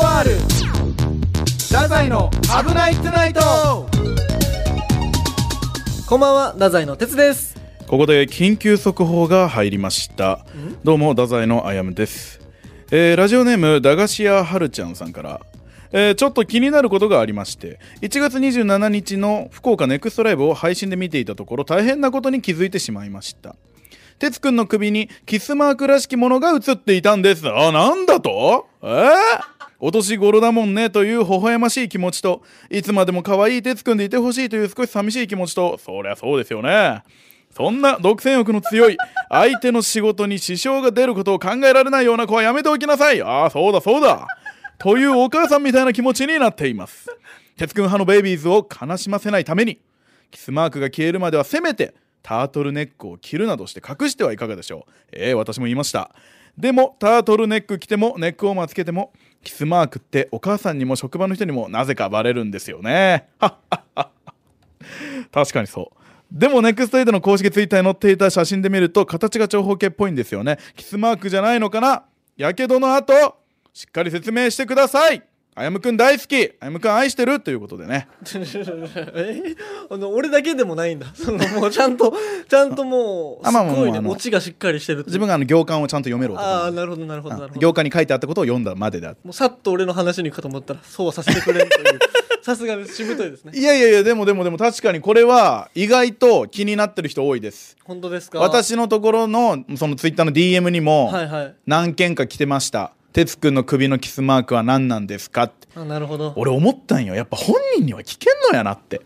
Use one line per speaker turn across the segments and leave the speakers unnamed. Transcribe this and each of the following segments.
まる太宰の危ないトゥナイトこんばんは太宰の哲です
ここで緊急速報が入りましたどうも太宰のあやむです、えーラジオネーム駄菓子屋はるちゃんさんから、えーちょっと気になることがありまして1月27日の福岡ネクストライブを配信で見ていたところ大変なことに気づいてしまいました哲くんの首にキスマークらしきものが映っていたんですあなんだとえーお年頃だもんねという微笑ましい気持ちといつまでも可愛い哲くんでいてほしいという少し寂しい気持ちとそりゃそうですよねそんな独占欲の強い相手の仕事に支障が出ることを考えられないような子はやめておきなさいああそうだそうだというお母さんみたいな気持ちになっています哲くん派のベイビーズを悲しませないためにキスマークが消えるまではせめてタートルネックを着るなどして隠してはいかがでしょうええ私も言いましたでもタートルネック着てもネックウォーマーつけてもキスマークってお母さんにも職場の人にもなぜかバレるんですよねはっはっは確かにそうでもネクストエイドの公式ツイッターに載っていた写真で見ると形が長方形っぽいんですよねキスマークじゃないのかなやけどの後しっかり説明してくださいあやむくん大好きあやむくん愛してるということでね
えあの俺だけでもないんだ そのもうちゃんとちゃんともう
あ
す
まあまあ
ごいね
まあまあ
オチがしっかりしてる
自分があの行間をちゃんと読める男
あ
な
あ
んで
なるほどなるほどなるほど
行間に書いてあったことを読んだまでだ
もうさっと俺の話に行くかと思ったらそうはさせてくれんという さすがですしぶといですね
いやいやいやでもでもでも確かにこれは意外と気になってる人多いです
本当ですか
私のところのそのツイッターの DM にも
はいはい
何件か来てました「哲くんの首のキスマークは何なんですか?」って
あなるほど
俺思ったんよやっぱ本人には聞けんのやなって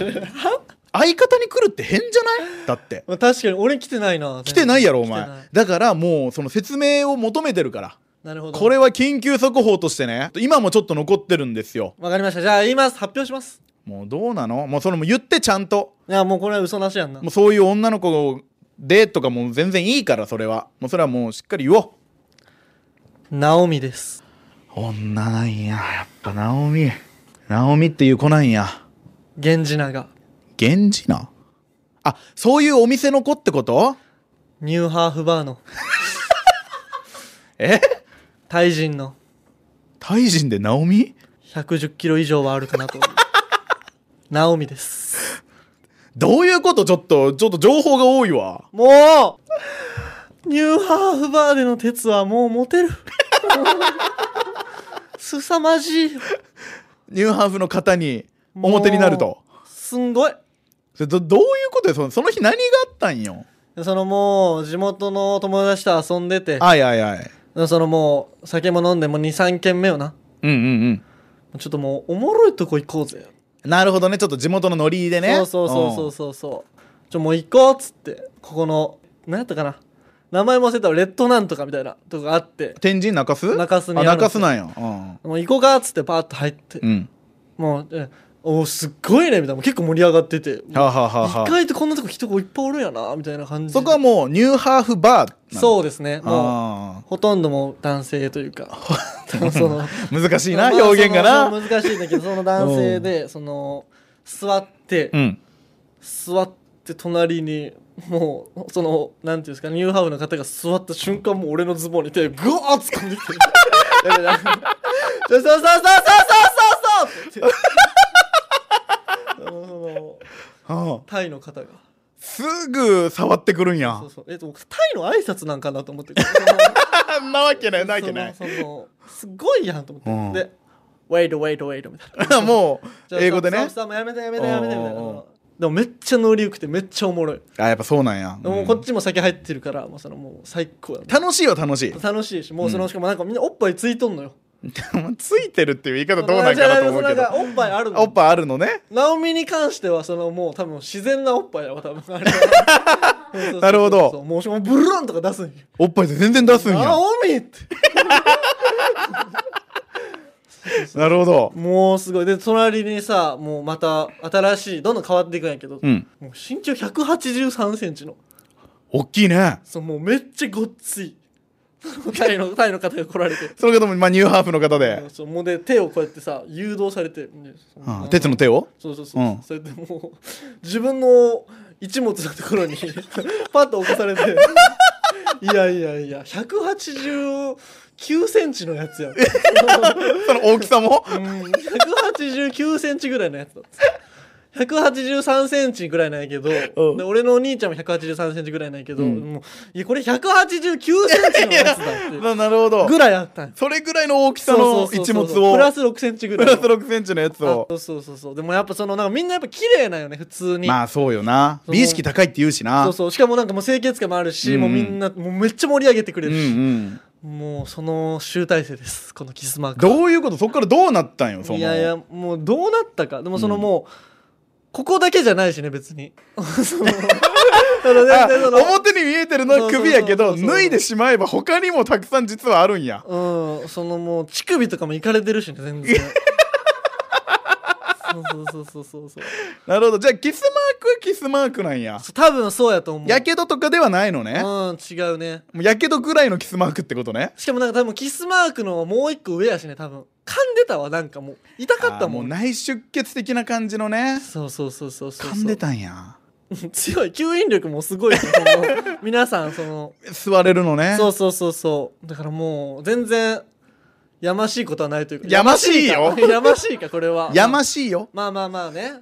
相方に来るって変じゃないだって
まあ確かに俺来てないな
来てないやろお
来てな
前
い
だからもうその説明を求めてるから
なるほど
これは緊急速報としてね今もちょっと残ってるんですよ
わかりましたじゃあ言います発表します
もうどうなのもうそれも言ってちゃんと
いやもうこれは嘘なしやんな
もうそういう女の子でとかもう全然いいからそれはもうそれはもうしっかり言おう
ナオミです
女なんややっぱナオミナオミっていう子なんや
源氏名が
源氏なあそういうお店の子ってこと
ニューハーフバーの
え
タイ人の
タイ人でナオミ
110キロ以上はあるかなとナオミです
どういうことちょっとちょっと情報が多いわ
もうニューハーフバーでの鉄はもうモテるすさまじい
ニューハーフの方に表になると
すんごい
それどどういうことよそのその日何があったんよ
そのもう地元の友達と遊んでて
あいあいあい
そのもう酒も飲んでもう23軒目よな
うんうん
ちょっともうおもろいとこ行こうぜ
うんなるほどねちょっと地元のノリでね
そうそうそうそうそうそうちょもう行こうっつってここの何やったかな名前も忘れたわレッドなんとかみたいなとこがあって
天神中洲
中洲にある
あ
んですよ
中洲なんやうん
もう行こうかっつってパーッと入って、
うん
もうえおーすっごいねみたいなもう結構盛り上がってて
はあ、はあはあはあ
意外とこんなとこ人がいっぱいおるんやなみたいな感じで
そこはもうニューハーフバーう
そうですねもう
あ
ほとんどもう男性という かその
ー難しいな
まあ
表現
その
がな
そう難しいんだけどその男性でその座って、
うん
座って隣にもうそのなんていうんですかニューハーフの方が座った瞬間もう俺のズボンに手グワーッ掴んできて「やべやべそうそうそうそうそうそうそう!」って言ってその
はあ
タイの方が
すぐ触ってくるんや
そうそうえっと僕タイの挨拶なんかなと思ってそ
んなわけないなわけな
の
い
そのそのすごいやんと思って、
うん
で「ウェイトウェイトウェイト」みたいな
もう英語で
スタ
ね
ッフさんもやめてやめてやめてみたい
おうおうお
なでもめっちゃノリ良くてめっちゃおもろい
あやっぱそうなんや、
も
う
うんこっちも酒入ってるからもうそのもう最高だ、ね、
楽しいは楽しい
楽しいしもうそのしかもなんかみんなおっぱいついとんのよ
ついてるっていう言い方どうなんかなと思
その
うけど
なんかおっぱいある
おっ
の
ぱいあるのね
ナオミに関してはそのもう多分自然なおっぱいだわ多 分あれそうそうそう
なるほど
そうもうしかもブルーンとか出すんよ
おっぱいで全然出すん
ナ
や
オミって
なるほど
もうすごいで隣にさもうまた新しいどんどん変わっていくんやけど、
うん
もう身長1 8 3センチの
大きいね
そうもうめっちゃごっつい タイのタイの方が来られて
その方も、まあ、ニューハーフの方で、
そうもうで手をこうやってさ誘導されて、ねそう
うん、鉄の手を
そうそうそう、
うん
それでもう 自分の一物のところにパッと起こされていやいやいや189センチのやつやん
その大きさも
うん189センチぐらいのやつだった183センチぐらいなんやけど、
ん
で俺のお兄ちゃんも183センチぐらいなんやけど、
うん
もういやこれ189センチのやつだっ
ななるほど
てぐらいあったんや
それぐらいの大きさの一物を
プラス6センチぐ
プ
ら
ラ
い
ス6センチのやつ
あ
を
そうそうそうそうでもやっぱそのなんかみんなやっぱ綺麗なんよね普通に、
まあそうよな
そう
美意識高いって言うしな
そうそうしかもなんかもう清潔感もあるし、
うん
もうみんなもうめっちゃ盛り上げてくれ
うん
るし、
うん
もうその集大成ですこのキスマーク
どういうことそっからどうなったんよその
いやいやもうどうなったかでもそのもう、ここだけじゃないしね別に そのそ の
あ
全然その
表に見えてるのは首やけ
そう
ど
そうそうそう
脱いでしまえば他にもたくさん実はあるんや
うんそのもう乳首とかもいかれてるしね全 然そうそうそうそうそうそ
なるほどじゃあキスマークはキスマークなんや
う多分そうやと思う
やけどとかではないのね
うん違うね
もうやけどぐらいのキスマークってことね
しかもなんか多分キスマークのもう一個上やしね多分噛んでたわなんかもう痛かった
あー
もん
内出血的な感じのね
そうそうそうそうそう
噛んでたんや
強い吸引力もすごいしその皆さんそ の
座れるのね
そうそうそうそうだからもう全然やましいことはないというか
やましい
や
よ
ましいかやましいかこれは
やましいよ
まあまあまあね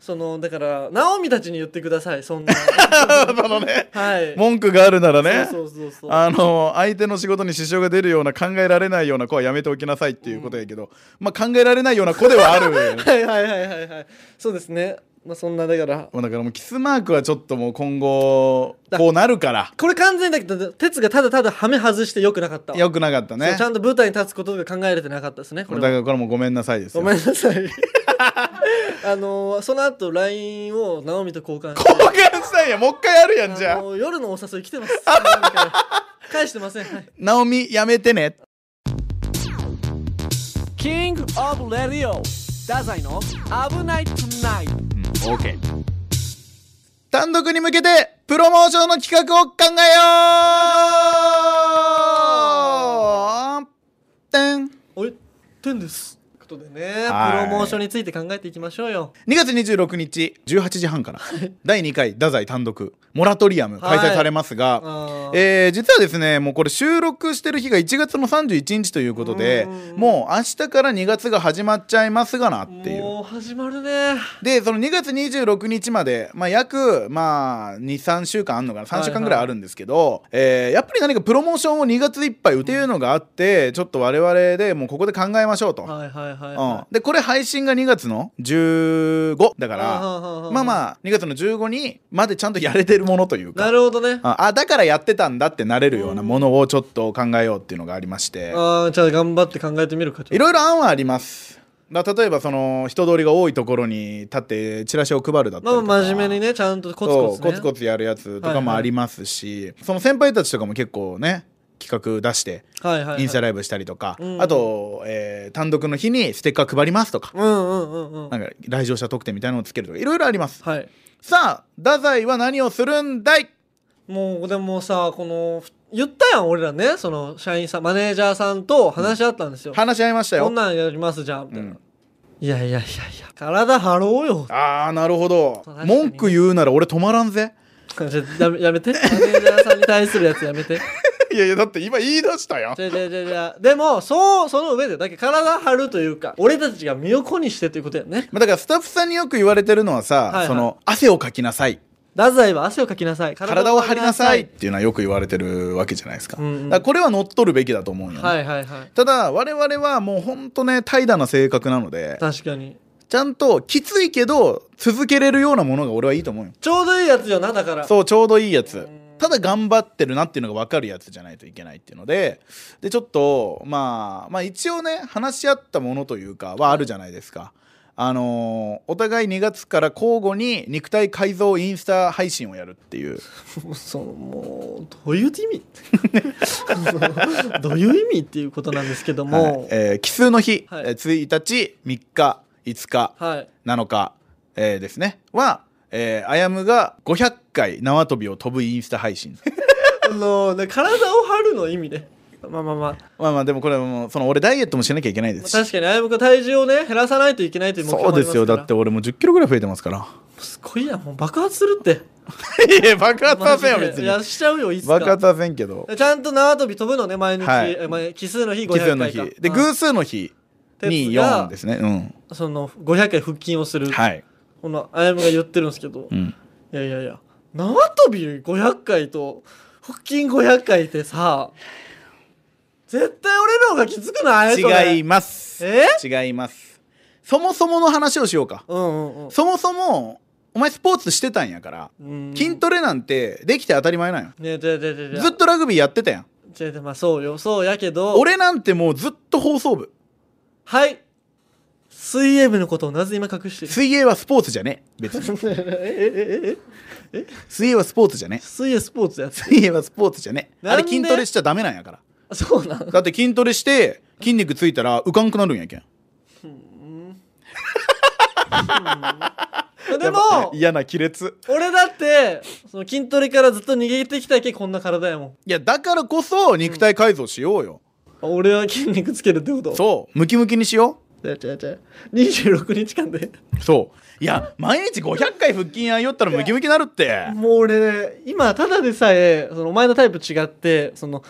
そのだからナオミたちに言ってください そんな
そのね
はい
文句があるならね
そうそうそうそう
あの相手の仕事に支障が出るような考えられないような子はやめておきなさいっていうことやけど、まあ考えられないような子ではある
はいはいはいはいはいそうですねまあそんなだから
もうだからもうキスマークはちょっともう今後こうなるから
これ完全にだけど哲がただただハメ外してよくなかったわ
よくなかった
そ
ね
うちゃんと舞台に立つことが考えれてなかったですねこ
だ
れ
か
は
らこれもうごめんなさいです
ご
よ
めんなさ いあのーその後 LINE を直美と交換して
交換したんやもう一回やるやんじゃ
あ
あ
のー夜のお誘い来 てます直美から返してません、はい、
ナオミやめてね
キングオブレディオ太宰の危ないトゥナイト
単独に向けてプロモーションの企画を考えようてん
おいてんですということでね
はい
プロモーションについて考えていきましょうよ
2月26日18時半から第2回太宰単独モラトリアム開催されますが、
あー
えー実はですねもうこれ収録してる日が1月の31日ということでもう明日から2月が始まっちゃいますがなっていう
もう始まるね
でその2月26日まで、まあ、約、まあ、23週間あんのかな3週間ぐらいあるんですけど、えーやっぱり何かプロモーションを2月いっぱい打てるのがあって、ちょっと我々でもうここで考えましょうと。
はいはいはい、
うん
は、
でこれ配信が2月の15だか
あはあはあは
ら
あ
まあまあ2月の15にまでちゃんとやれてるものという
いな
か
るほどね
ああだからやってたんだってなれるようなものをちょっと考えようっていうのがありまして
あーじゃあ頑張って考えてみるかちょっと
いろいろ案はありますだ例えばその人通りが多いところに立ってチラシを配るだったり
まあ
とか
まあ真面目にねちゃんとコツコツ、
そ
ね、
うコツコツやるやつとかもありますし、その先輩たちとかも結構ね企画出して
はいはい、はい、
インスタライブしたりとか、
うん
あと、えー単独の日にステッカー配りますとか、
うんうんうんうん
なんか来場者特典みたいなのをつけるとかいろいろあります
はい
さあ太宰は何をするんだい
もうでもさこの言ったやん俺らねその社員さんマネージャーさんと話し合ったんですよ、
話し合いました
こ
よ
んなんやりますじゃんみたいな、
うん
いやいやいやいや体張ろうよ
ああなるほど
確かに
文句言うなら俺止まらんぜ
ちょやめやめてマネージャーさんに対するやつやめて
いやいやだって今言い出したやん
じゃじゃじゃじゃでもそうその上でだけ体張るというか俺たちが身を粉にしてということやね
まあだからスタッフさんによく言われてるのはさ、
いはい
その汗をかきなさい
太宰は汗をかきなさい
体を張りなさいっていうのはよく言われてるわけじゃないですか,、
うんうん
だからこれは乗っ取るべきだと思うよ、ね
はいはいはい
ただ我々はもうほんとね怠惰な性格なので
確かに
ちゃんときついけど続けれるようなものが俺はいいと思うよ
ちょうどいいやつよなだから
そうちょうどいいやつただ頑張ってるなっていうのが分かるやつじゃないといけないっていうのででちょっとまあまあ一応ね話し合ったものというかはあるじゃないですかあのーお互い2月から交互に肉体改造インスタ配信をやるっていう
もうそのもうどういう意味 どういう意味っていうことなんですけど
はい
も
えー奇数の日、
はい
えー1日3日5日
はい、
7日、えーですねは、えー、あやむが500回縄跳びを飛ぶインスタ配 信
あのね体を張るの意味ねまあまあまあ、ま
まあまあでもこれはもうその俺ダイエットもしなきゃいけないで
あ
すし
確かにあやむくん体重をね減らさないといけないという目標
そ
も
う
ありま
で
すすか
よ
ら
だって俺もう10キロぐらい増えてますから
すごいやんもう爆発するって
いや爆発はせんよ
マジ
別
で
に
いやしちゃうよいつか
爆発はせんけど
ちゃんと縄跳び飛ぶのね毎日、
はい
え毎奇数の日500
奇
回
数
か
の日で偶数の日に4ですすねう
その500回腹筋をする、
んはい
このあやむが言ってるんですけど、
うん
いやいやいや縄跳び500回と腹筋500回ってさ絶対俺の方がきつくないそれ
違います
え
違いますそもそもの話をしようか
うんうんうん
そもそもお前スポーツしてたんやから
うん
筋トレなんてできて当たり前なんよ
ねえでででで
ずっとラグビーやってたやん
違う違うまあそうよそうやけど
俺なんてもうずっと放送部
はい水泳部のことをなぜ今隠してる
水泳はスポーツじゃねえ別 に
ええええ
水泳はスポーツじゃねえ
水泳スポーツや つ
水泳はスポーツじゃねえあ
なん
れ
で
筋トレしちゃダメなんやから
あそうなん
だって筋トレして筋肉ついたら浮かんくなるんやけん
でも
やっぱ嫌な亀裂
俺だってその筋トレからずっと逃げてきたけこんな体やもん
いやだからこそ肉体改造しようよ、
あ俺は筋肉つけるってこと
そうムキムキにしよ
違う違う違う26日間で
うそういや毎日500回腹筋やんよったらムキムキなるって
もう俺、ね、今ただでさえそのお前のタイプ違ってその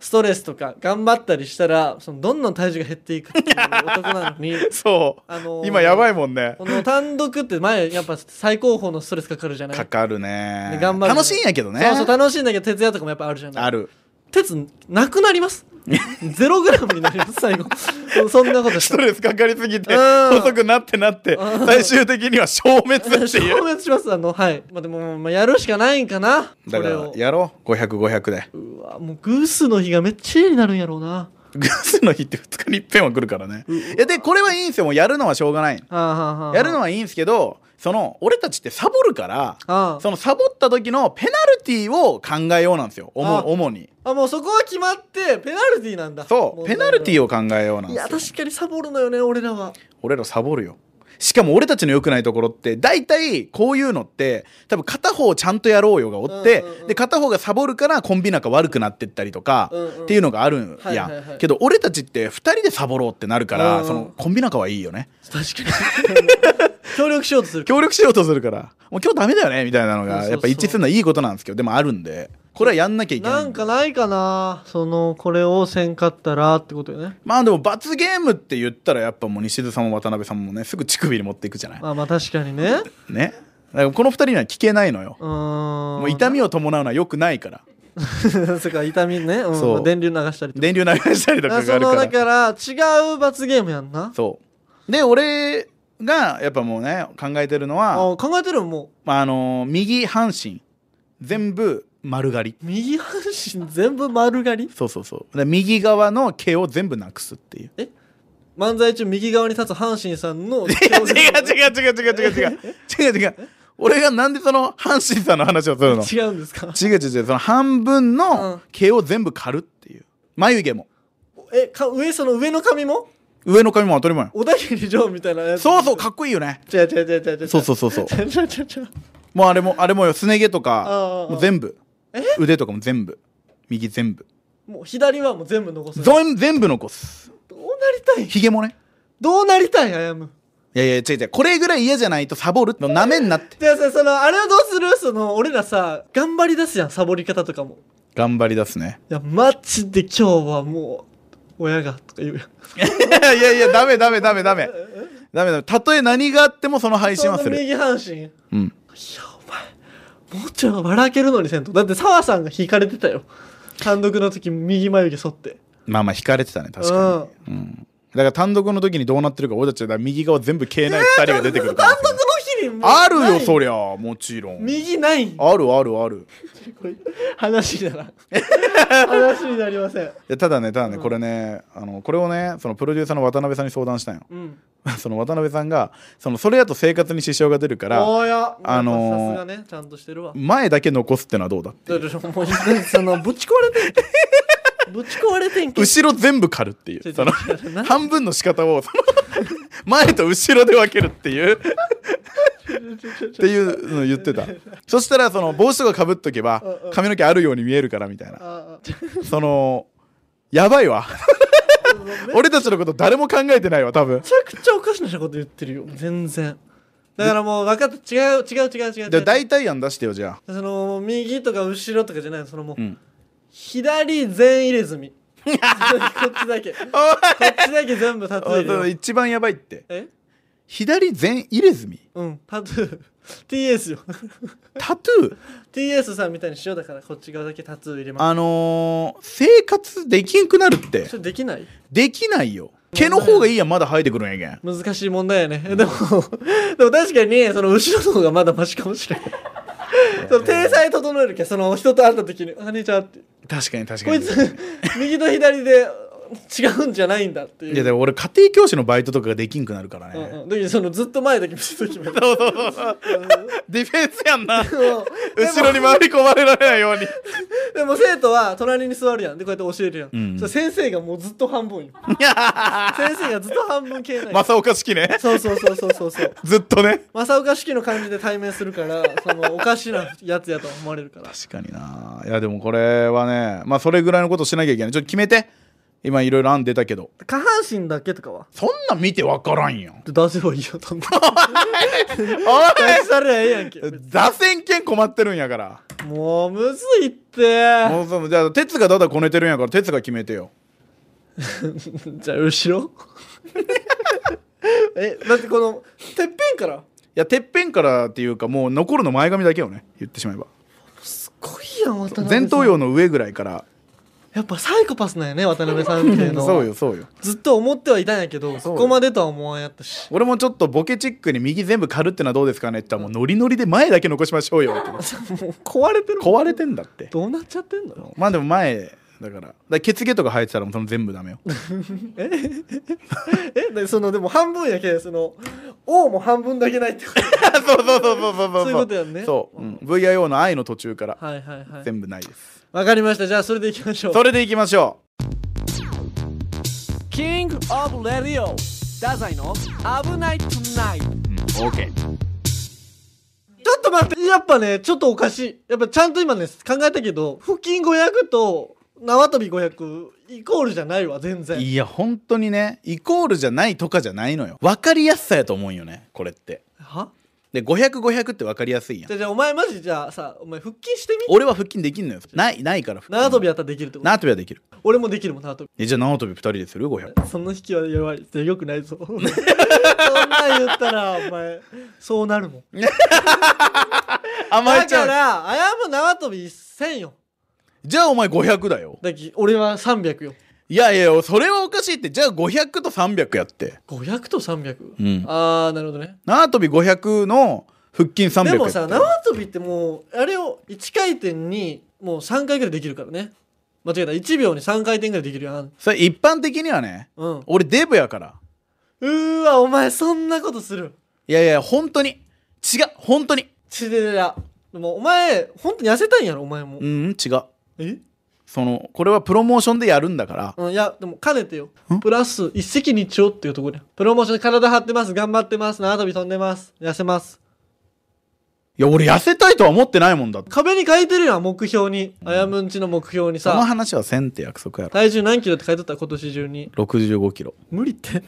ストレスとか頑張ったりしたらそのどんどん体重が減っていくっていう男なの に
そう、
あのー
今やばいもんね
この単独って前やっぱ最高峰のストレスかかるじゃない
かかるね
で頑張る
楽しいんやけどね
そうそう楽しいんだけど徹夜とかもやっぱあるじゃない
ある
鉄なくなります ゼログラムになります最後そんなことし
ス
た
ト
ら
レスかかりすぎて
うん
細くなってなって
うん
最終的には消滅ってい
消
う
滅しますあのはいまあでも、まあ、やるしかないんかなこ
だか
れ
ら
を
やろう500500で
うわもう偶数の日がめっちゃ家になるんやろうな
グスの日って2日にいっぺんは来るからねいやでこれはいいんすよもうやるのはしょうがない
はあはあはあ
やるのはいいんすけどその俺たちってサボるから
あ
そのサボった時のペナルティを考えようなんですよ主
あ
主に
ああもうそこは決まってペナルティーなんだ
そうペナルティを考えようなん
い
で
や
すよ
確かにサボるのよね俺らは
俺らサボるよしかも俺たちの良くないところって大体こういうのって多分片方ちゃんとやろうよがおって、
うんうんうん
で片方がサボるからコンビ仲悪くなってったりとか、
うんうん
っていうのがあるん
はい
や、
はいはい
けど俺たちって2人でサボろうってなるから、
うんうん
そのコンビ仲はいいよね
確かに 協力しようとする
協力しようとするからもう今日ダメだよねみたいなの
そうそう
が
そう
やっぱ一致するのはいいことなんですけどでもあるんでこれはやんなきゃいけない
なんかないかなそのこれをせんかったらってことよね
まあでも罰ゲームって言ったらやっぱもう西津さんも渡辺さんもねすぐ乳首に持っていくじゃない
まあまあ確かにね
ねだからこの2人には聞けないのよ
うーん
もう痛
み
みを伴うのは良くないから
そっか痛みね、うん、
そう
電流流したりとか
電流流したりとかがあ
そ
るか
の
ら
だから違う罰ゲームやんな
そうで俺がやっぱもうね考えてるの
あ
は
考えてるも
まああのー右半身全部丸刈り
う右半身全部丸刈り
そうそうそうで右側の毛を全部なくすっていう
漫才中右側に立つ阪神さんの違う
いや違う違う違う違う違う違う違う違う俺がなんでその阪神さんの話をするの
違うんですか
違う違う違うその半分
う
の
ん
毛を全部刈るっていう眉毛も
えか上その上の髪も
上の髪も当たり前よ
小田切城みたいなやつ
そうそうかっこいいよね
違う違う違う違う違う
そうそうそうそう
違う違う違う違う
もうあれもあれもよすね毛と
あ
か
あ
もう全部腕とかも全部右全部
もう左はもう全部残すどう
全全部残す
なりたい
ひげもね
どうなりたいあやむ
いやいや違う違うこれぐらい嫌じゃないとサボるのなめんなって
じゃあさそのあれをどうするその俺らさ頑張り出すやんサボり方とかも
頑張り出すね
いやマジで今日はもう親がとか言うやん
いやいやダメダメダメダメダメダメたとえ何があってもその配信はす
その
る
右半身
うん
いやお前もうちょい笑けるのにせんとだって澤さんが引かれてたよ単独の時右眉毛剃って
まあまあ引かれてたね確かにうんだから単独の時にどうなってるか俺たちはだから右側全部消えない2人が出てくるか
単
ら
独の日にもう
ある
な
よ
い
そりゃもちろん
右ないん
あるあるある
これ話にな らん話になりません
いやただねただねこれねあのこれをねそのプロデューサーの渡辺さんに相談したんよ
うん
その渡辺さんがそのそれだと生活に支障が出るから
おーや
あのー
やっぱさすがねちゃんとしてるわ
前だけ残すってのはどうだ
だってもうそのぶち壊れて んぶち壊れてんけん
後ろ全部狩るってい
ちょ
う
ちょ
その
ちょちょなん
半分の仕方を その前と後ろで分けるっていうっていうのを言ってたそしたらその帽子とかかぶっとけば
うんうん
髪の毛あるように見えるからみたいな
ああ
そのやば いわ俺たちのこと誰も考えてないわ多分
めちゃくちゃおかしなこと言ってるよ全然だからもう分かった違う違う違う違う違
で
う
大体案出してよじゃあ
その右とか後ろとかじゃないのそのもう、
うん
左全入れ 墨こっちだけこっちだけ全部タトゥー入れよ
お
う
い一番やばいって
え
左全入れ墨
うんタトゥー TS よ
タトゥー
TS さんみたいにしようだからこっち側だけタトゥー入れます
あのー、生活できんくなるって
それできない
できないよ毛の方がいいやんまだ生えてくるんやけん
難しい問題やね でもでも確かにその後ろの方がまだマシかもしれないその体裁整えるけんその人と会った時に「あ兄ちゃん」って
確かに確
こ
か
い
に
つ 右と左で違うんじゃないんだっていう
いやでも俺家庭教師のバイトとかができんくなるから
う
ね、
んうん、だけどそのずっと前だけ見せときも
ディフェンスやん な後
もう
ろに回り込まれられな いように
でも生徒は隣に座るやんでこうやって教えるやん、
うん
そしたら先生がもうずっと半 分よ先生がずっと半分系ない、
正岡式ね
そうそうそうそうそうそう
ずっとね
正岡式の感じで対面するからそのおかしなやつやと思われるから
確かにないやでもこれはねまあそれぐらいのことしなきゃいけないちょっと決めて今いろいろ案出たけど
下半身だけとかは
そんなん見てわからんや ん
出せばいいよ多分
おい
出されりゃええやんけ
座線剣困ってるんやから
もうむずいって
もうそうじゃあ鉄がだだこねてるんやから鉄が決めてよ
じゃあ後 ろえだってこのてっぺんから
いやてっぺんからっていうかもう残るの前髪だけよね言ってしまえば
すごいやん渡辺さん
前頭葉の上ぐらいから
やっぱサイコパスなんやね渡辺さんって いうのは
そうよそうよ
ずっと思ってはいたんやけどそ
そうよ
こまでとは思わんやったし
俺もちょっとボケチックに右全部刈るってのはどうですかねって言ったらもうノリノリで前だけ残しましょうよって
もう 壊れてる
壊れてんだって
どうなっちゃってんの
まあでも前だからだから血毛とか生えてたらもうその全部ダメよ
えでそのでも半分やけその O も半分だけないってこと
そうそうそうそうそう
そういうことやんね
そう、うん VIO の愛の途中から
はいはいはい
全部ないです、
わかりましたじゃあそれでいきましょう
それでいきましょ
キングオブレディオダザイの危ないトゥナイト
う、うん、OK
ちょっと待ってやっぱねちょっとおかしいやっぱちゃんと今ね考えたけど腹筋500と縄跳び500イコールじゃないわ全然
いや本当にねイコールじゃないとかじゃないのよ分かりやすさやと思うんよねこれって
は
で500500って分かりやすいやん
じゃあじゃあお前マジじゃあさお前腹筋してみ
俺は腹筋できんのよないないから
縄跳び
は
やったらできるってこと
縄跳びはできる
俺もできるもん縄跳び
えじゃあ縄跳び2人でする500
その引きは弱いよく ないぞそんなん言ったらお前そうなるもん
甘え
だ
ちゃ
か
う
らあやむ縄跳び1000よ
じゃあお前500だよ
だき俺は300よ
いやいやそれはおかしいってじゃあ500と300やって
500と300、
うん
ああなるほどね
縄跳び500の腹筋300やって
でもさ縄跳びってもうあれを1回転にもう3回ぐらいできるからね間違えた1秒に3回転ぐらいできるやん
それ一般的にはね
うんう
俺デブやから
ーわお前そんなことする
いやいや本当に違う本当に
ちでれらでもお前本当に痩せたいんやろお前も、
うん違う
え
そのこれはプロモーションでやるんだから
うん、いやでも兼ねてよ
ん
プラス一石二鳥っていうところでプロモーションで体張ってます頑張ってます縄跳び飛んでます痩せます
いや俺痩せたいとは思ってないもんだって
壁に書いてるやん目標にあやむんちの目標に
その
さ
話はせんって約束やろ
体重何キロって書いてったら今年中に
65キロ
無理って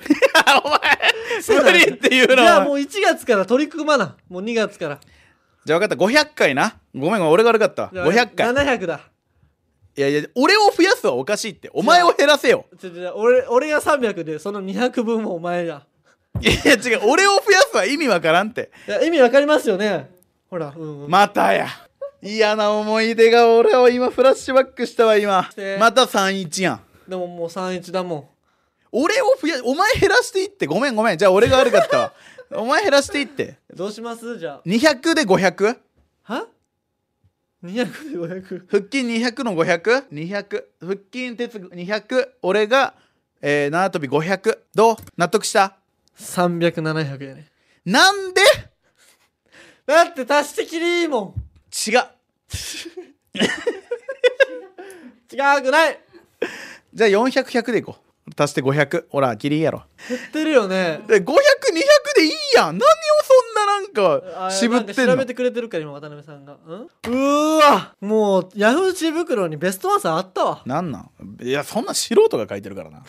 無理って言う
じゃ
な
あ
お
も
前
う1月から取り組まなもう2月から
じゃあ分かった500回なごめんごめん俺が悪かった
じゃあ
500回
700だ
いやいや俺を増やすはおかしいってお前を減らせよ
ちょちょ俺俺が300でその200分もお前が
いや違う俺を増やすは意味わからんって
いや意味わかりますよねほらうん、うん、
またや嫌な思い出が俺を今フラッシュバックしたわ今
して
また31やん
でももう31だもん
俺を増やお前減らしていってごめんごめんじゃあ俺が悪かったわお前減らしていって
どうしますじゃ
200で 500?
あは200で500
腹筋200の 500?200 腹筋鉄200俺が、えー、縄跳び500どう納得した
300700やね
なんで
だって足してきりいいもん
違う
違くない
じゃあ400100でいこう足して500ほらギリいいやろ
減ってるよね
で500200でいいやん何をそんななんか
あ
渋っ
なんか
てん
調
の
べてくれてるから今渡辺さんがうんうーわもうヤフー知恵袋にベストアンサーあったわ
なんなんいやそんな素人が書いてるからな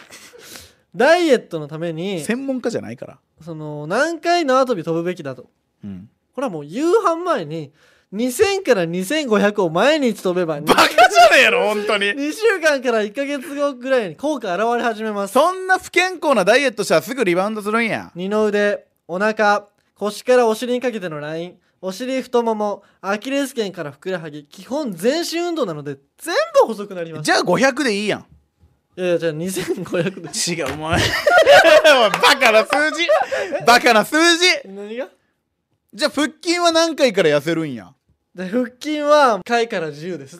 ダイエットのために
専門家じゃないから
その何回縄跳び飛ぶべきだと
うん、
これはもう夕飯前に2000から2500を毎日飛べば
バカじゃねえの本当に
2週間から1ヶ月後ぐらいに効果現れ始めます
そんな不健康なダイエットしたらすぐリバウンドするんや
二の腕お腹腰からお尻にかけてのラインお尻太ももアキレス腱からふくらはぎ基本全身運動なので全部細くなります
じゃあ500でいいやん
いやいやじゃあ2500で
違うお前お前バカな数字バカな数字
何が
じゃあ腹筋は何回から痩せるんや
で腹筋は回から自由 です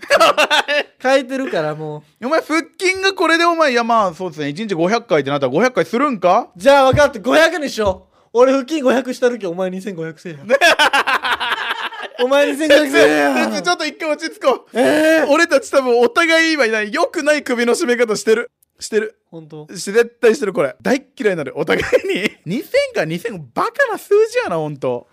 書いてるからも
お前腹筋がこれでお前いやまあそうですね1日500回ってなったら500回するんか
うじゃあ分かって500にしよう俺腹筋500した時お前2500せえや お前2500せえや
ちょっと一回落ち着こう
ええ
俺たち多分お互い今いない良くない首の締め方してるしてる
本当
し絶対してるこれ大っ嫌いになるお互い に2000か2000バカな数字やなほんと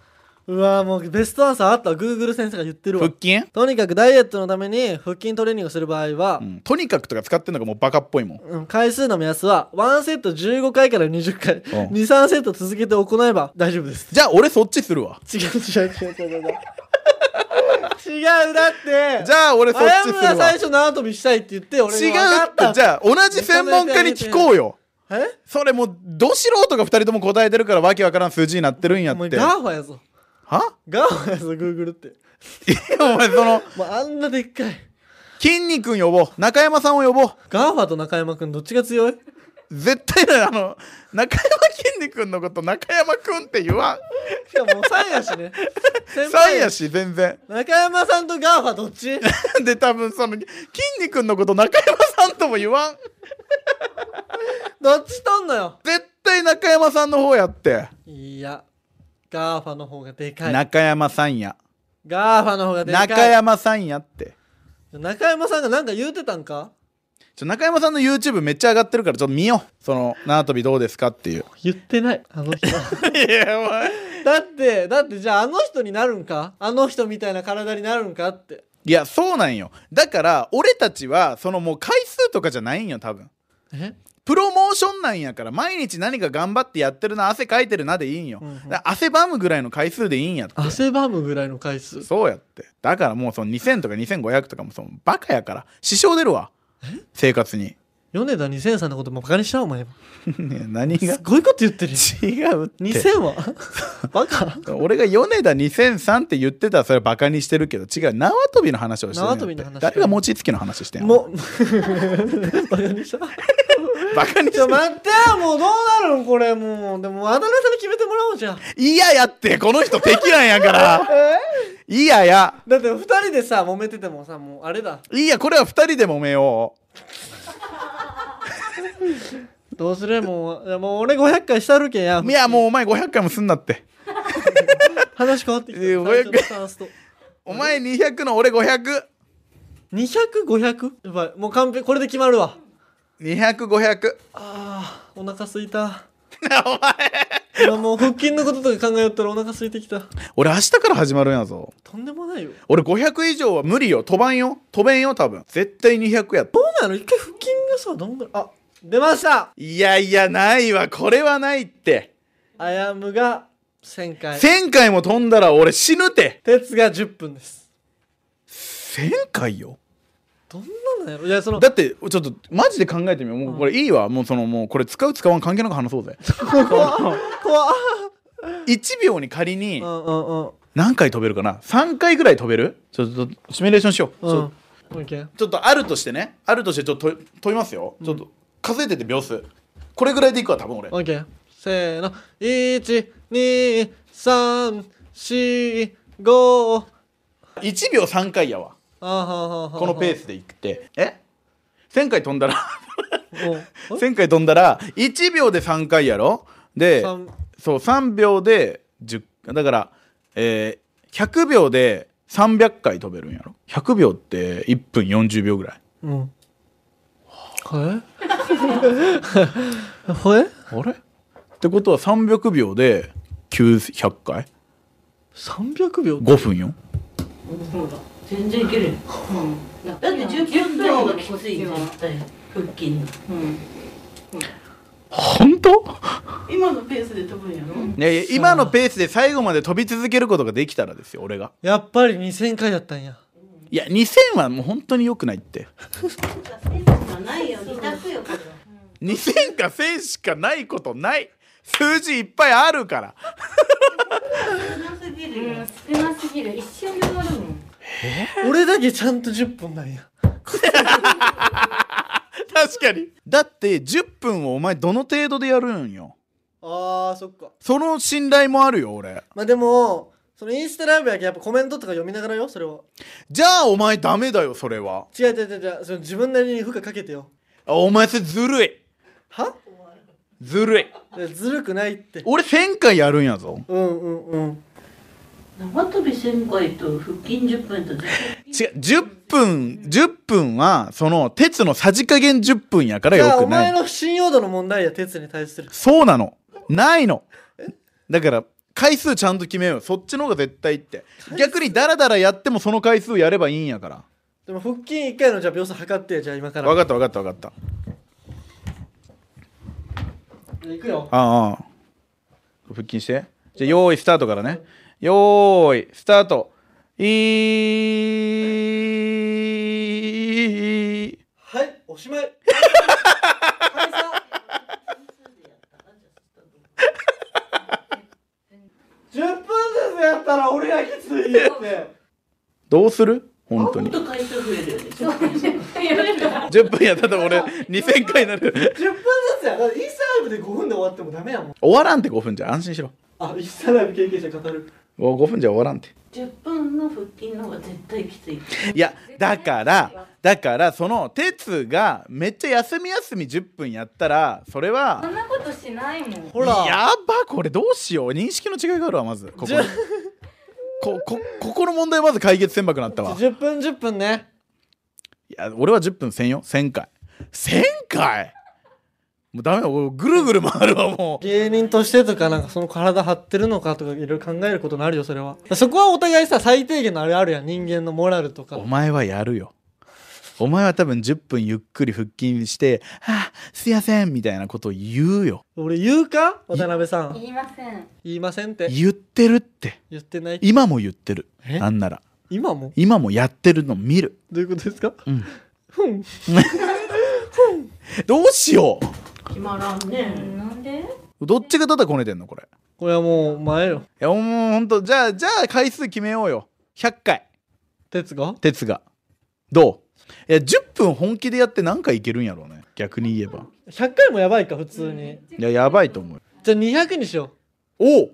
うわもうベストアンサーあったわ Google 先生が言ってるわ
腹筋、
とにかくダイエットのために腹筋トレーニングをする場合は
う、ん、とにかくとか使ってんのがもうバカっぽいもん
うん回数の目安は1セット15回から20回、
うん
23セット続けて行えば大丈夫です
じゃあ俺そっちするわ
違う違う違う違う違う違うだって
じゃあ俺そっ
あや
ちす
む
る
が
わ
最初縄跳びしたいって言って俺
違
分
う
か
っ
った
てじゃあ同じ専門家に聞こうよ
え
それもうど素人が2人とも答えてるからわけわからん数字になってるんや
お前
って
ガ
は
ーファやぞ
い
ガーファやぞ Google って
やお前その
もうあんなでっかい
筋肉呼ぼう中山さんを呼ぼう
ガーファと中山くんどっちが強い
絶対だよあの中山筋肉のこと中山くんって言わん
しかも3やしね 先
さん
輩
やし全然
中山さんとガーファどっ ち
で多分その筋肉のこと中山さんとも言わん
どっちとんのよ
絶対中山さんの方やって、
いやガーファの方がでかい
中山さんや
ガーファの方がでかい
中山さんやって
中山さんがなんか言うてたんか
ちょ中山さんの YouTube めっちゃ上がってるからちょっと見ようその縄跳びどうですかっていう
言ってないあの人
いやお前
だってだってじゃああの人になるんかあの人みたいな体になるんかって
いやそうなんよだから俺たちはそのもう回数とかじゃないんよ多分
え
プロモーションなんやから毎日何か頑張ってやってるな汗かいてるなでいいんよ、
うんうん
だから汗ばむぐらいの回数でいいんやって
汗ばむぐらいの回数
そうやってだからもうその2000とか2500とかもそのバカやから支障出るわ生活に
米田2000さんのこともバカにしちゃうお前
いや何が
すごいこと言ってるよ
違うって
2000は バカ
俺が米田2003って言ってたらそれバカにしてるけど違う縄跳びの話をしてるんやって
縄跳びの話
誰が餅つきの話してんの
もう バカにした
バカにし
ちょ
て
待ってよもうどうなるんこれもうでも渡辺さんに決めてもらおうじゃん
嫌やってこの人敵なんやから
え
嫌や
だって2人でさ揉めててもさもうあれだ
いいやこれは2人で揉めよ
どうするもういやもう俺500回したるけんや
ういやもうお前500回もすんなって
話変わってきた
いや
最初の
500
スタンスと
お前200の俺500200
200500? やばいもう完璧これで決まるわ
500
あーお腹すいた
お前
今もう腹筋のこととか考えよったらお腹空いてきた
俺明日から始まるんやぞ
とんでもないよ
俺500以上は無理よ飛ばんよ飛べんよ多分絶対200やった
どうなの一回腹筋がさどんぐらいあ出ました
いやいやないわこれはないって
あやむが1000回
1000回も飛んだら俺死ぬて
鉄が10分です
1000回よ
どんなのやろいやその
だってちょっとマジで考えてみようもうこれいいわもうそのもうこれ使う使わん関係なく話そうぜ
怖っ怖っ
1秒に仮
う
に
んうんうん
何回飛べるかな3回ぐらい飛べるちょっとシミュレーションしよう、
う
ち
ん
ょ
オッケー
ちょっとあるとしてねあるとしてちょっと飛飛びますよ、ちょっと数えてて秒数これぐらいでいくわ多分俺
オッケーせーの12345
1秒3回やわ
あははは
このペー
ス
スでいってえ1000回飛んだら
お
1000回飛んだら1秒で3回やろで
三
そう3秒で10だから、えー100秒で300回飛べるんやろ100秒って1分40秒ぐらい
うんは えはえ
あれってことは300秒で900回
300秒
5分よ
全然いけるよ、だって10分の方がきついよ絶対腹筋の、
本当
今のペースで飛ぶんやろ
いやいや今のペースで最後まで飛び続けることができたらですよ俺が
やっぱり2000回だったんや
いや2000はもう本当に良くない って
ペースがないよ二択よこれは
2000か1000しかないことない数字いっぱいあるから
少なすぎるよ
うん、少なすぎる一瞬で終わるもん
俺だけちゃんと10分なんや
確かにだって10分をお前どの程度でやるんよ
あーそっか
その信頼もあるよ俺
まあでもそのインスタライブやけんやっぱコメントとか読みながらよそれは
じゃあお前ダメだよそれは
違う違う違う違うその自分なりに負荷かけてよ
あお前それずるい
は
ずるい
いやずるくないって
俺1000回やるんやぞ
うんうんうん
縄跳び1000回と腹筋10分と10
違う10分10分はその鉄のさじ加減10分やから
じゃ
よ
あ
く
お
な
前
い
の信用度の問題や鉄に対する
そうなのないのだから回数ちゃんと決めようそっちの方が絶対いいって逆にダラダラやってもその回数やればいいんやから
でも腹筋1回のじゃあ秒数測ってじゃあ今から
分かった分かった分かった
じゃあいくよ
ああ腹筋してじゃあ用意スタートからね用意スタートいー
はいおしま い解散10分ずつやったら俺がきついよって
どうする本当
分もっ
に
と回数増えるよね
10分やったら俺2000回になる
10分ずつやだからインスタライブで5分で終わってもダメやもん
終わらんって5分じゃ安心しろ
あインスタライブ経験者語る
5分じゃ終わらんって
10分の腹筋の方が絶対きつい
いやだからだからその鉄がめっちゃ休み休み10分やったらそれ
そん
は
なことしないもん
ほら
やばこれどうしよう認識の違いがあるわまずここ
じゃあ
ここここの問題まず解決せんばくなったわ
10分10分ね
いや俺は10分せんよ1000回1000回もうダメだ俺ぐるぐる回るわもう
芸人としてとかなんかその体張ってるのかとかいろいろ考えることになるよそれはそこはお互いさ最低限のあれあるやん人間のモラルとか
お前はやるよお前は多分10分ゆっくり腹筋して「あすいません」みたいなことを言うよ
俺言うか渡辺さん
言いません
言いませんって
言ってるって
言ってない
今も言ってる
え
なんなら
今も
今もやってるの見る
どういうことですか
うん
ふん
どうしよ
決まらんね
なんで
うどっちがただこねてんのこれい
これはもう前よ
やもうほんとじゃあじゃあ回数決めようよ100回
哲が
鉄がどういや10分本気でやって何回いけるんやろうね逆に言えば
100回もやばいか普通に
いややばいと思う
じゃあ200にしよ
おう
う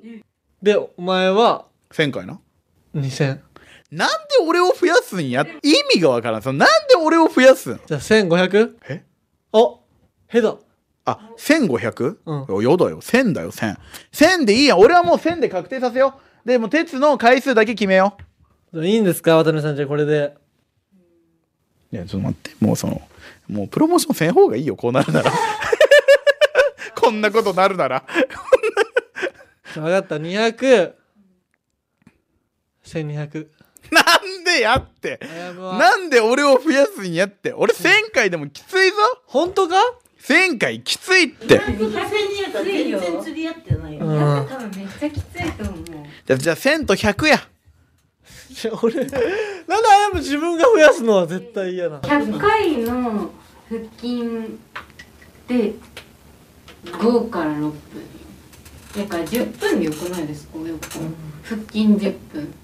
でお前は
1000回な
2000
なんで俺を増やすんや意味がわからんそのなんで俺を増やすん
じゃあ 1500?
え
あヘだ
あ千 1500?
う
よだよ1000だよ10001000でいいやん俺はもう1000で確定させようでもう鉄の回数だけ決めよう
いいんですか渡辺さんじゃあこれで
いやちょっと待ってもうそのもうプロモーションせん方がいいよこうなるなら こんなことなるなら
分かった200 1200
なんでやって
やぶは
なんで俺を増やすんやって俺1000回でもきついぞ
本当か
1000回きついって
100と1000やったら全然釣り合ってないよ、
うん
やって多分めっちゃきついと思う
じゃあじゃあ1000と100
い
や
や 俺なんであやむ自分が増やすのは絶対嫌な
100回の腹筋で5から6分だから10分でよくないですかよく考え腹筋10分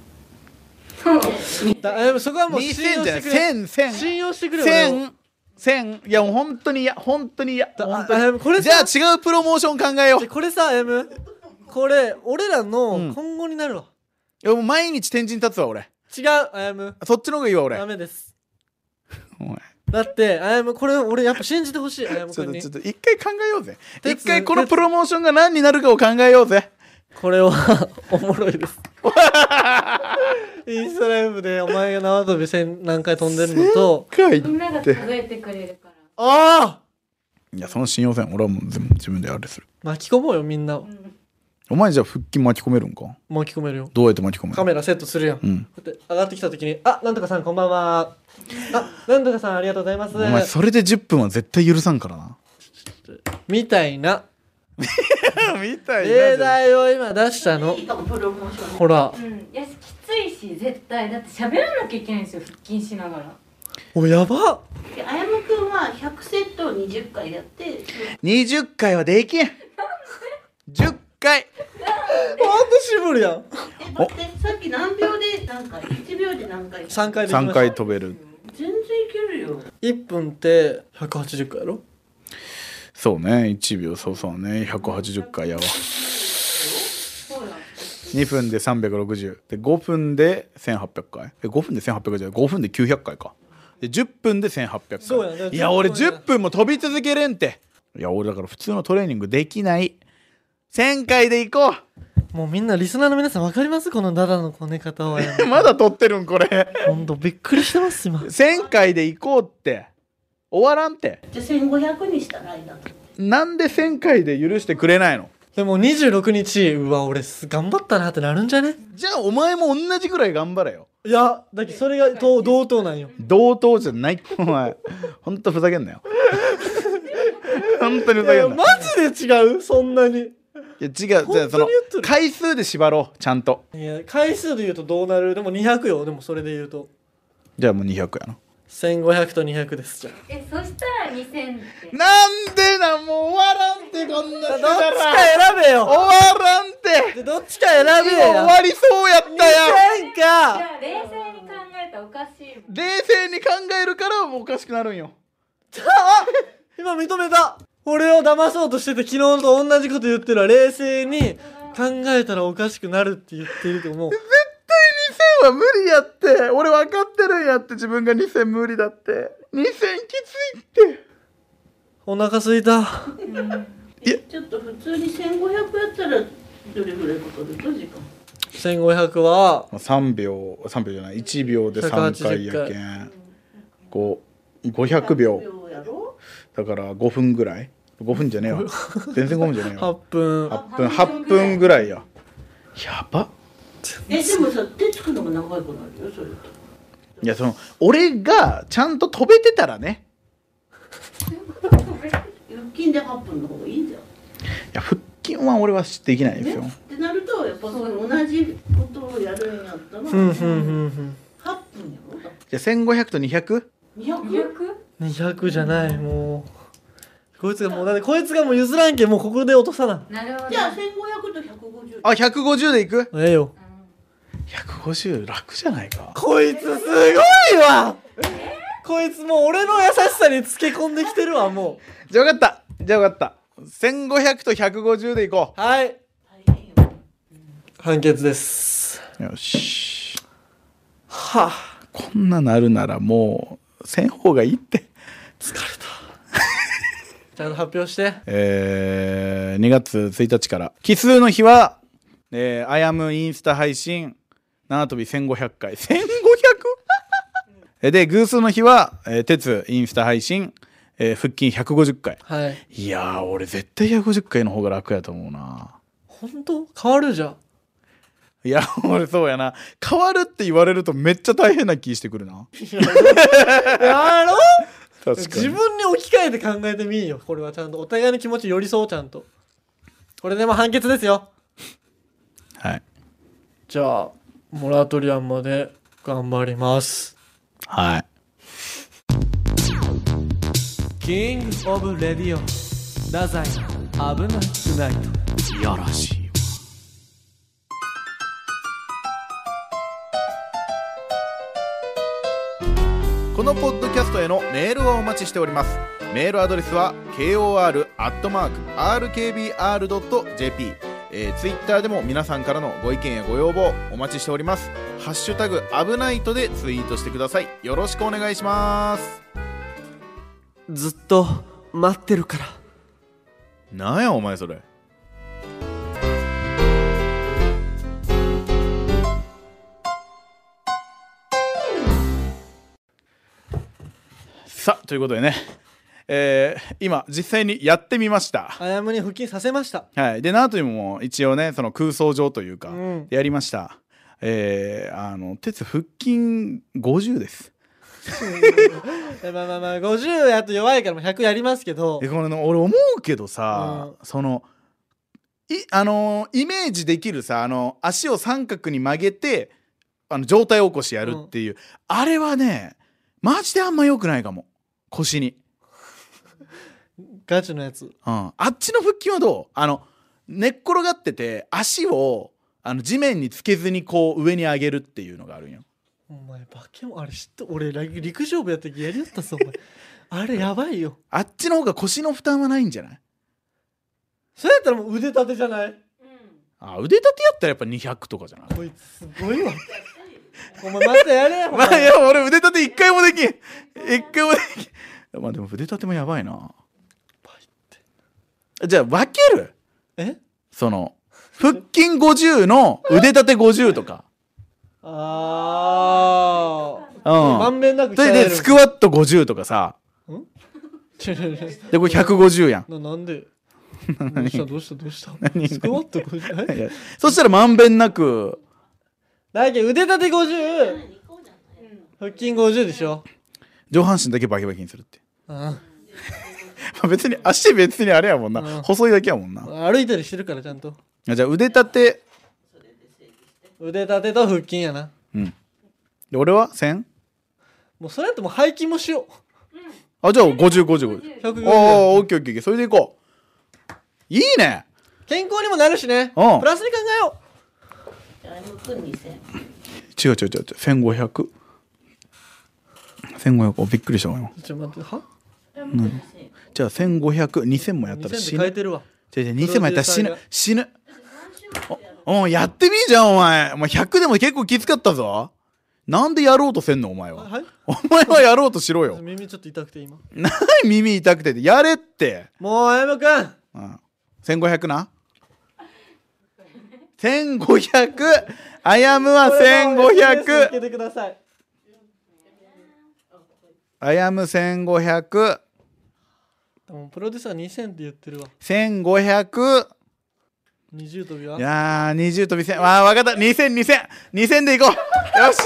だあやむそこはもう
2000
信
じゃ
用し
ない
てくれ
1000
信用してくれ俺を
1000 1000いやもう本当にいや本当にいや
だ
本
あ
当
や
に
むこれ
じ
さ
ゃあ違うプロモーション考えよう
じゃあこれさあやむこれ俺ら
うん
の今後になるわ、
いやもう毎日天神立つわ俺
違うあやむ
そっちの方がいいわ俺
ダメです
お前
だってあやむこれ俺やっぱ信じてほしいあやむ
ちょ
く
っ
ん
と
に
ちょっと一回考えようぜ
鉄
一回このプロモーションが何になるかを考えようぜ
これはおもろいですインスタライブでお前が縄跳び千何回飛んでるのと
回
みんなが数えてくれるから
ああ
いやその信用せん俺はもう全部自分であれする
巻き込もうよみんなを
お前じゃあ腹筋巻き込めるんか
巻き込めるよ
どうやって巻き込め
カ
る
メラセットするやん、
うん
こうやって上がってきた時に「あなんとかさんこんばんは」あ「なんとかさんありがとうございます
お前それで10分は絶対許さんからな」
みたいな
みたいな
例題を今出したの
いいかもプロモーション
ほら
うんいやきついし絶対だって喋らなきゃいけないんですよ腹筋しながら
おやば
であやむくんは100セットを20回やって
20回はできん10回
ほんと渋るやん
え待ってさっき何秒で何回1秒で何回
3回できま
3
した
回飛べる
全然いけるよ
1分って180回やろ
そうね1秒そうそうね180回やわ
そうだ
2分で360で5分で1800回え5分で1800回じゃない5分で900回かで10分で1800回
そうやね
いや俺
10分や
10分も飛び続けれんっていや俺だから普通のトレーニングできない1000回で行こ
もうみんなリスナーの皆さん分かりますこのダダのこね方は
う まだ撮ってるんこれ
ほんとびっくりしてます今
1000回で行こうって終わらんって
じゃあ1500にしたらいいな
なんで1000回で許してくれないの
でも26日うわ俺す頑張ったなってなるんじゃね
じゃあお前も同じくらい頑張れよ
いやだってそれがと同等なんよ
同等じゃない お前ほんとふざけんなよ
い
本当にふざけ
や
んな
マジで違うそんなに
いや違うじゃあ
本当に
その
言っとる
回数で縛ろうちゃんと
いや回数で言うとどうなるでも200よでもそれで言うと
じゃあもう200やな
1500と200ですじゃあ
えそしたら2000って
なんでなもう終わらんってこんな
どっ
く
ち
だらん
か選べよ
終わらんって
でどっちか選べ
もう
よ
終わりそうやったや
2000
ん
か
じゃあ冷静に考えたらおかしいもん
冷静に考えるからもうおかしくなるんよ
あ今認めた俺を騙そうとしてて昨日と同じこと言ってるわ冷静に考えたらおかしくなるって言ってるけどもう
2000は無理やって俺分かってるんやって自分が2000無理だって2000きついって
お腹すいた
い や
ちょっと普通に1500やったらどれぐらいかかると時間
1500は
3秒3秒じゃない1秒で3回やけんこう500秒
やろ
だから5分ぐらい5分じゃねえわ全然5分じゃねえ
8
わ
分
8分8分ぐらいややば
えでもさ手つくのが長くなるよそれと
いやその俺がちゃんと飛べてたらね
腹筋で8分の方がいいじゃ
い
ん
や腹筋は俺はできないですよ、
ねってなるとやっぱその同じことをやるんやったら8
ふんふ
分
んふんふん
やろだ
じゃあ1500と 200?
200
200?
200じゃないもうこいつがもうだってこいつがもう譲らんけんもうここで落とさな
なるほど
じゃあ1500と150
あ150でいく
ええよ
150楽じゃないか
こいつすごいわこいつもう俺の優しさにつけ込んできてるわも
じゃあ分かったじゃあ分かった1500と150でいこ
うはい
大変よ
判決です
うよし
はあ
こんななるならもうせん方がいいって
ちゃんと発表して
えー2月1日から奇数の日は、えーアヤムインスタ配信縄跳び1500回 1500? えで偶数の日は、えー鉄インスタ配信、えー腹筋150回
はい
いやー俺絶対150回の方が楽やと思うな
本当変わるじゃん
いや俺そうやな変わるって言われるとめっちゃ大変な気してくるな
やろ
確
自分に置き換えて考えてみいよこれはちゃんとお互いの気持ち寄り添うちゃんとこれでも判決ですよ
はい
じゃあモラトリアンまで頑張ります
はい
キングオブレディオ太宰危なくない
いやらしいわこのポッドキャストへのメールをお待ちしておりますメールアドレスは kor.rkbr.jp えー、ツイッターでも皆さんからのご意見やご要望お待ちしておりますハッシュタグ危ないとでツイートしてくださいよろしくお願いします
ずっと待ってるから
なんやお前それさあということでね、えー今実際にやってみました
あやむに腹筋させました
はいでなというも一応ねその空想上というか、
うん
やりましたえーあの鉄腹筋50です
えまあまあまあ50やと弱いからもう100やりますけど
えこれの俺思うけどさ、そのいあのーイメージできるさあの足を三角に曲げてあの上体起こしやるっていう、あれはねマジであんま良くないかも腰に、
ガチのやつ
うん、あっちの腹筋はどうあの寝っ転がってて足をあの地面につけずにこう上に上げるっていうのがあるんよ
お前バケモンあれ知って俺ら陸上部やった時やりよったぞお前あれやばいよ
あっちの方が腰の負担はないんじゃない
それやったらもう腕立てじゃない
あ腕立てやったらやっぱ200とかじゃない
こいつすごいわお前またやれやお
まあい
前
や俺腕立て一回もできん一回もできんまあでも腕立てもやばいなじゃあ分ける
え
その腹筋50の腕立て50とか
あ
う
あ満
ん
遍なく
それでスクワット50とかさでこれ150やん
ななん でどうしたどうしたどうしたスクワット50
い
え
やそしたらまんべんなく
だけど腕立て50腹筋50でしょ
上半身だけバキバキにするって
うん
まあ別に足別にあれやもんな
うん
細いだけやもんな
歩いたりしてるからちゃんと
じゃあ腕立て
腕立てと腹筋やな
で俺は 1000?
もうそれやともう背筋もしよ
あじゃあ505050
う150
おおオッケーオッケーオッケーそれでいこういいね
健康にもなるしねプ
うん
ラスに考えよ
あゆむくんにせん
違う違う違う違う1500 1500おびっくりしたわ今
うちょっと待っては
じゃあ15002000もやったら
2000
死
で変え
ぬ
てるわ
違う違う2000もやったら死
プロデューサー
ぬ
が
死ぬおおやってみじゃんお前お前100でも結構きつかったぞなんでやろうとせんのお前は
はい
お前はやろうとしろよ
耳ちょっと痛くて今
何耳痛くてってやれって、
もうあやむくん
うん、1500な1500あやむは
つけ
1500
てください
あやむ1500
もうプロデューサー2000って言ってるわ
1500
20跳び
い
は
やー、20と2000。わあ、わかった。2000、2000。2000でいこう。よし。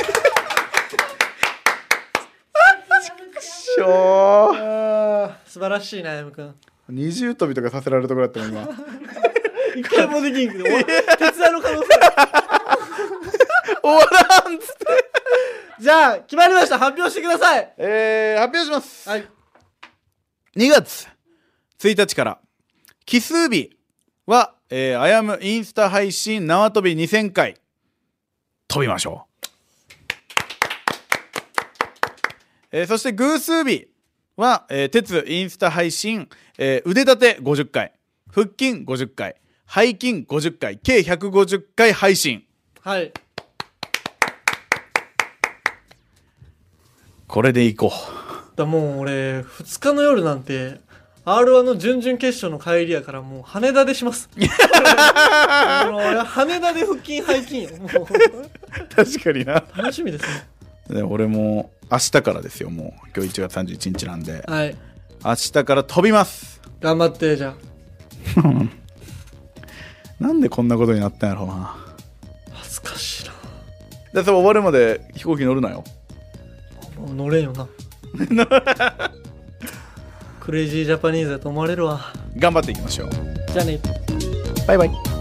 しょー。
あー素晴らしいなあやむくん
20飛びとかさせられるところだったもん 今。
一回もできんけど お手伝いの可能性ある
終わらんつって。
じゃあ決まりました発表してください
えー、発表します。
はい
2月1日から、奇数日は、えー、あやむインスタ配信縄跳び2000回、飛びましょう。えー、そして偶数日は、えー、鉄インスタ配信、えー、腕立て50回、腹筋50回、背筋50回、計150回配信。
はい
これでいこ
だもう俺2日の夜なんて R1 の準々決勝の帰りやからもう羽田でします もう俺羽田で腹筋背筋よもう
う。 確かにな。
楽しみですね
で俺も明日からですよもう今日1月31日なんで
はい
明日から飛びます
頑張ってじゃ
なんでこんなことになったんやろうな
あ恥ずかしいな
でそれ終わるまで飛行機乗るなよ
もう乗れんよ なクレイジージャパニーズだと思われるわ
頑張っていきましょう
じゃあね
バイバイ